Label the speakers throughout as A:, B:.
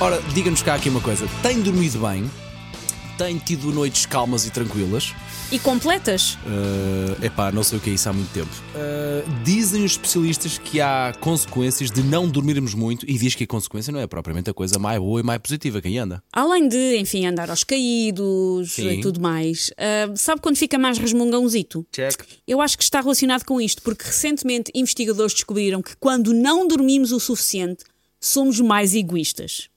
A: Ora, diga-nos cá aqui uma coisa: tem dormido bem? Tem tido noites calmas e tranquilas?
B: E completas?
A: Uh, epá, não sei o que é isso há muito tempo. Uh, dizem os especialistas que há consequências de não dormirmos muito e diz que a consequência não é propriamente a coisa mais boa e mais positiva. Quem anda?
B: Além de, enfim, andar aos caídos
A: Sim.
B: e tudo mais, ah, sabe quando fica mais resmungãozito?
A: Check.
B: Eu acho que está relacionado com isto, porque recentemente investigadores descobriram que quando não dormimos o suficiente, somos mais egoístas.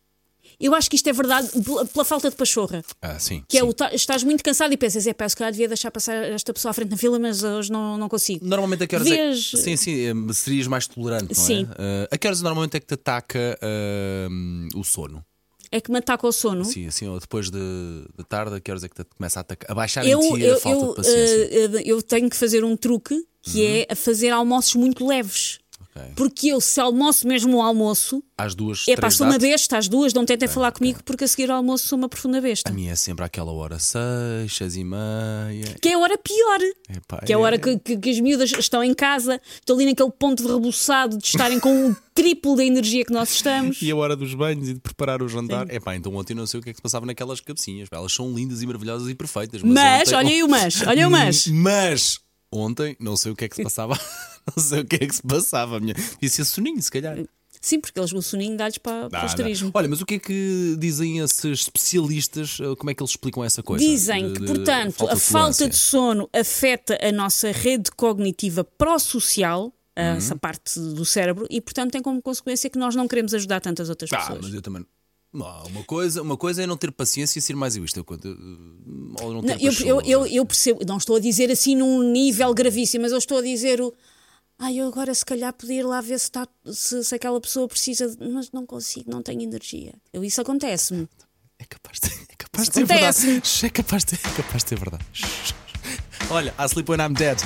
B: Eu acho que isto é verdade pela pela falta de pachorra.
A: Ah, sim.
B: Que é
A: sim.
B: o ta- estás muito cansado e pensas, é pá, se calhar devia deixar passar esta pessoa à frente na fila, mas hoje não, não consigo.
A: Normalmente a que horas é que-
B: Vês-
A: Sim, sim, eh, serias mais tolerante, não é?
B: Sim.
A: Eh, a que horas normalmente é que te ataca eh, o sono?
B: É que me ataca o sono.
A: Sim, assim, ou depois de, de tarde, a que horas é que te começa a, atacar, a baixar
B: Eu,
A: em ti a
B: eu,
A: falta
B: eu,
A: de paciência? Uhum.
B: eh, eu tenho que fazer um truque que é a fazer almoços muito leves.
A: Ok.
B: Porque eu, se almoço mesmo o almoço,
A: Às duas,
B: é pá,
A: três
B: sou uma
A: da tarde?
B: besta, às duas, não tentem falar comigo, porque a seguir ao almoço sou uma profunda besta.
A: A minha é sempre àquela hora, seis, seis e meia.
B: Que é a hora pior.
A: Epá,
B: Que é a hora que, que- que as miúdas estão em casa, estão ali naquele ponto de rebuçado de estarem com o triplo da energia que nós estamos.
A: E a hora dos banhos e de preparar o jantar. Epá, então ontem não sei o que é que se passava naquelas cabecinhas. Pá, Elas são lindas e maravilhosas e perfeitas.
B: Mas,
A: ontem-
B: olha aí o mas, olha aí o
A: Hum.
B: mas.
A: Mas ontem não sei o que é que se passava. não sei o que é que se passava. Minha... Isso é soninho, se calhar.
B: Hum, Sim, porque eles o soninho dá-lhes para, para
A: Dá,
B: o
A: dá.
B: esterismo.
A: Olha, mas o que é que dizem esses especialistas? eh, Como é que eles explicam essa coisa?
B: Dizem
A: De-
B: que,
A: de
B: portanto, a
A: de
B: falta
A: tolerância?
B: de sono afeta a nossa rede cognitiva pró-social,
A: Uhum.
B: essa parte do cérebro, e, portanto, tem como consequência que nós não queremos ajudar tantas outras
A: Tá,
B: pessoas.
A: mas eu também. Não, uma, coisa, uma coisa é não ter paciência e ser mais egoísta. Eu conto- eh, Ou não ter
B: Não, eu, eu,
A: paixão.
B: eu, eu percebo, não estou a dizer assim num nível gravíssimo, mas eu estou a dizer o. Ah, eu agora se calhar podia ir lá ver se, está, se, se aquela pessoa precisa, de- mas não consigo, não tenho energia. Eu, isso acontece-me.
A: É capaz de, é capaz de ser verdade.
B: Acontece.
A: É capaz de, é capaz de ser verdade. Olha, I sleep when I'm dead.